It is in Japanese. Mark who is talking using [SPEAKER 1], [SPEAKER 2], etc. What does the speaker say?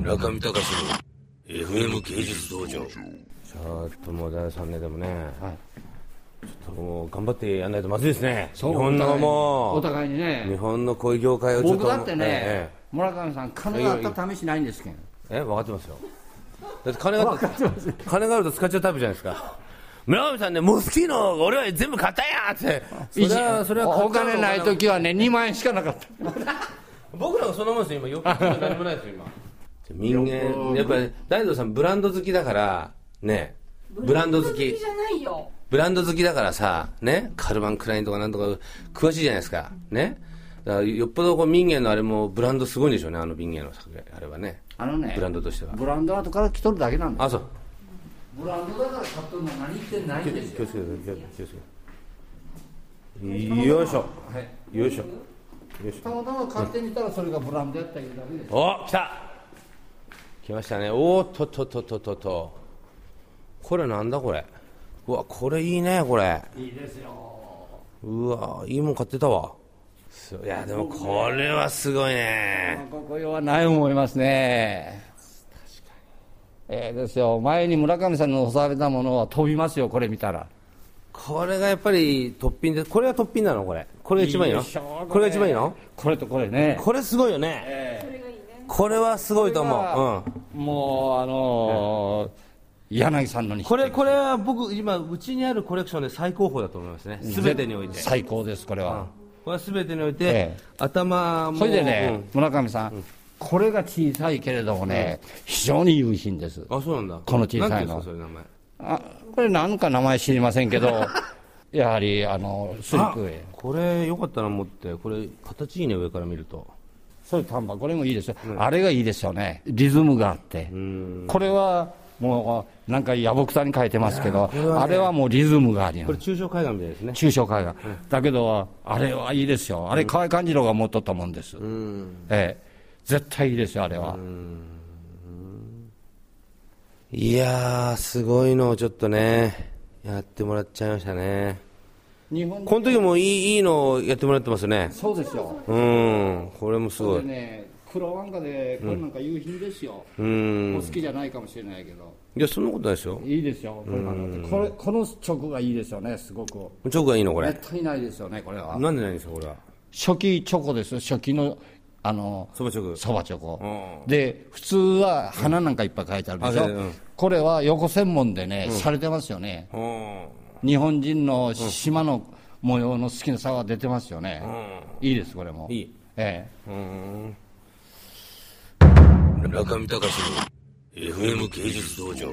[SPEAKER 1] 中見隆の FM 芸術道場
[SPEAKER 2] ちょっともう第3年でもね、
[SPEAKER 3] はい
[SPEAKER 2] ちょっともう頑張ってやんないとまずいですね、日
[SPEAKER 3] そう
[SPEAKER 2] 本のも
[SPEAKER 3] お
[SPEAKER 2] う、
[SPEAKER 3] 互いに
[SPEAKER 2] 日
[SPEAKER 3] ね
[SPEAKER 2] 本の恋業界をちょっと、
[SPEAKER 3] 僕だってね
[SPEAKER 2] え
[SPEAKER 3] 村上さん金があったら試しないんですけど
[SPEAKER 2] えええ分かってますよ、だって金が金があると使っちゃうタイプじゃないですか、村上さんね、モスキーノ、俺は全部買ったんやって、それは、それは買っ
[SPEAKER 3] お
[SPEAKER 2] ちゃう
[SPEAKER 3] 金ない時はね2万円しかなかった
[SPEAKER 2] 僕らがそんなもんですよ、今、よく何もないですよ、今。人間、やっぱり大道さん、ブランド好きだから、ね、ブランド好き
[SPEAKER 4] じ。ゃないよ
[SPEAKER 2] ブランド好きだからさ、ね、カルバン・クラインとかなんとか詳しいじゃないですか、ね、だからよっぽどこう民芸のあれもブランドすごいんでしょうね、あの民芸の作品あれはね、
[SPEAKER 3] あのね
[SPEAKER 2] ブランドとしては。
[SPEAKER 3] ブランド後から来とるだけなんだ
[SPEAKER 2] あ、そう、
[SPEAKER 3] ブランドだから買っとるの何言ってないんです
[SPEAKER 2] 気をつけて、気を気をつけて。よいしょ、よいしょ、
[SPEAKER 3] たまたま買ってみたらそれがブランドやったいうだけです
[SPEAKER 2] お来た来ましたね、おーっとっとっとっとっとっと、これなんだこれ、うわ、これいいね、これ。
[SPEAKER 3] いいですよ
[SPEAKER 2] うわいいもん買ってたわそういやでもこれはすごいね
[SPEAKER 3] ここ用はない思いますねええですよ前に村上さんに押されたものは飛びますよこれ見たら
[SPEAKER 2] これがやっぱりトッピンでこれがトッピンなのこれこれが一番いいの
[SPEAKER 3] いいでしょ
[SPEAKER 2] これが一番いいの
[SPEAKER 3] これとこれね
[SPEAKER 2] これすごいよねこれはすごいと思う、うん、
[SPEAKER 3] もうあのー柳さんのに
[SPEAKER 2] これこれは僕今うちにあるコレクションで最高峰だと思いますね全てにおいて
[SPEAKER 3] 最高ですこれは、
[SPEAKER 2] これは全てにおいて、
[SPEAKER 3] ええ
[SPEAKER 2] 頭も
[SPEAKER 3] それでね、村上さん、これが小さいけれどもね、非常に優品です
[SPEAKER 2] うんあそうなんだ
[SPEAKER 3] この小さいの
[SPEAKER 2] なんてうんですかそれ名前
[SPEAKER 3] あこれなんか名前知りませんけ どやはりあのスリップウェイ
[SPEAKER 2] あこれよかったな持ってこれ形いいね上から見ると
[SPEAKER 3] それ丹波これもいいですよ、あれがいいですよねリズムがあってこれはもうなんか野木さんに書いてますけど、
[SPEAKER 2] れはね
[SPEAKER 3] あれはもうリズムがあり
[SPEAKER 2] こ
[SPEAKER 3] ま
[SPEAKER 2] れ
[SPEAKER 3] す
[SPEAKER 2] 中小海岸みたいですね
[SPEAKER 3] 中小会が、だけどあれはいいですよあれ河合勘次郎が持っとったもんです、ええ絶対いいですよあれは、
[SPEAKER 2] いやー、すごいのをちょっとね、やってもらっちゃいましたね。
[SPEAKER 3] 日本
[SPEAKER 2] この時もいいいいのをやってもらってますね。
[SPEAKER 3] そうですよ
[SPEAKER 2] うん、これもすご
[SPEAKER 3] で
[SPEAKER 2] い。
[SPEAKER 3] ね黒ワンカでこれなんか優品ですよ、
[SPEAKER 2] うん。
[SPEAKER 3] お好きじゃないかもしれないけど
[SPEAKER 2] いや、そんなことないですよ。
[SPEAKER 3] いいですよこれなんかこれこの直がいいですよねすごく
[SPEAKER 2] チョコがいいの、これ。
[SPEAKER 3] 絶対ないですよねこれは
[SPEAKER 2] なんでないんですか、これは。
[SPEAKER 3] 初期チョコです初期のあの
[SPEAKER 2] そばチョコ。
[SPEAKER 3] そばチョコ
[SPEAKER 2] う
[SPEAKER 3] で普通は花なんかいっぱい書いてあるでしょ、
[SPEAKER 2] うんあうん
[SPEAKER 3] これは横専門でね、されてますよね
[SPEAKER 2] うん。
[SPEAKER 3] 日本人の島の模様の好きな差は出てますよね、いいですこれも
[SPEAKER 2] いい
[SPEAKER 3] え
[SPEAKER 1] 中見隆の FM 芸術道場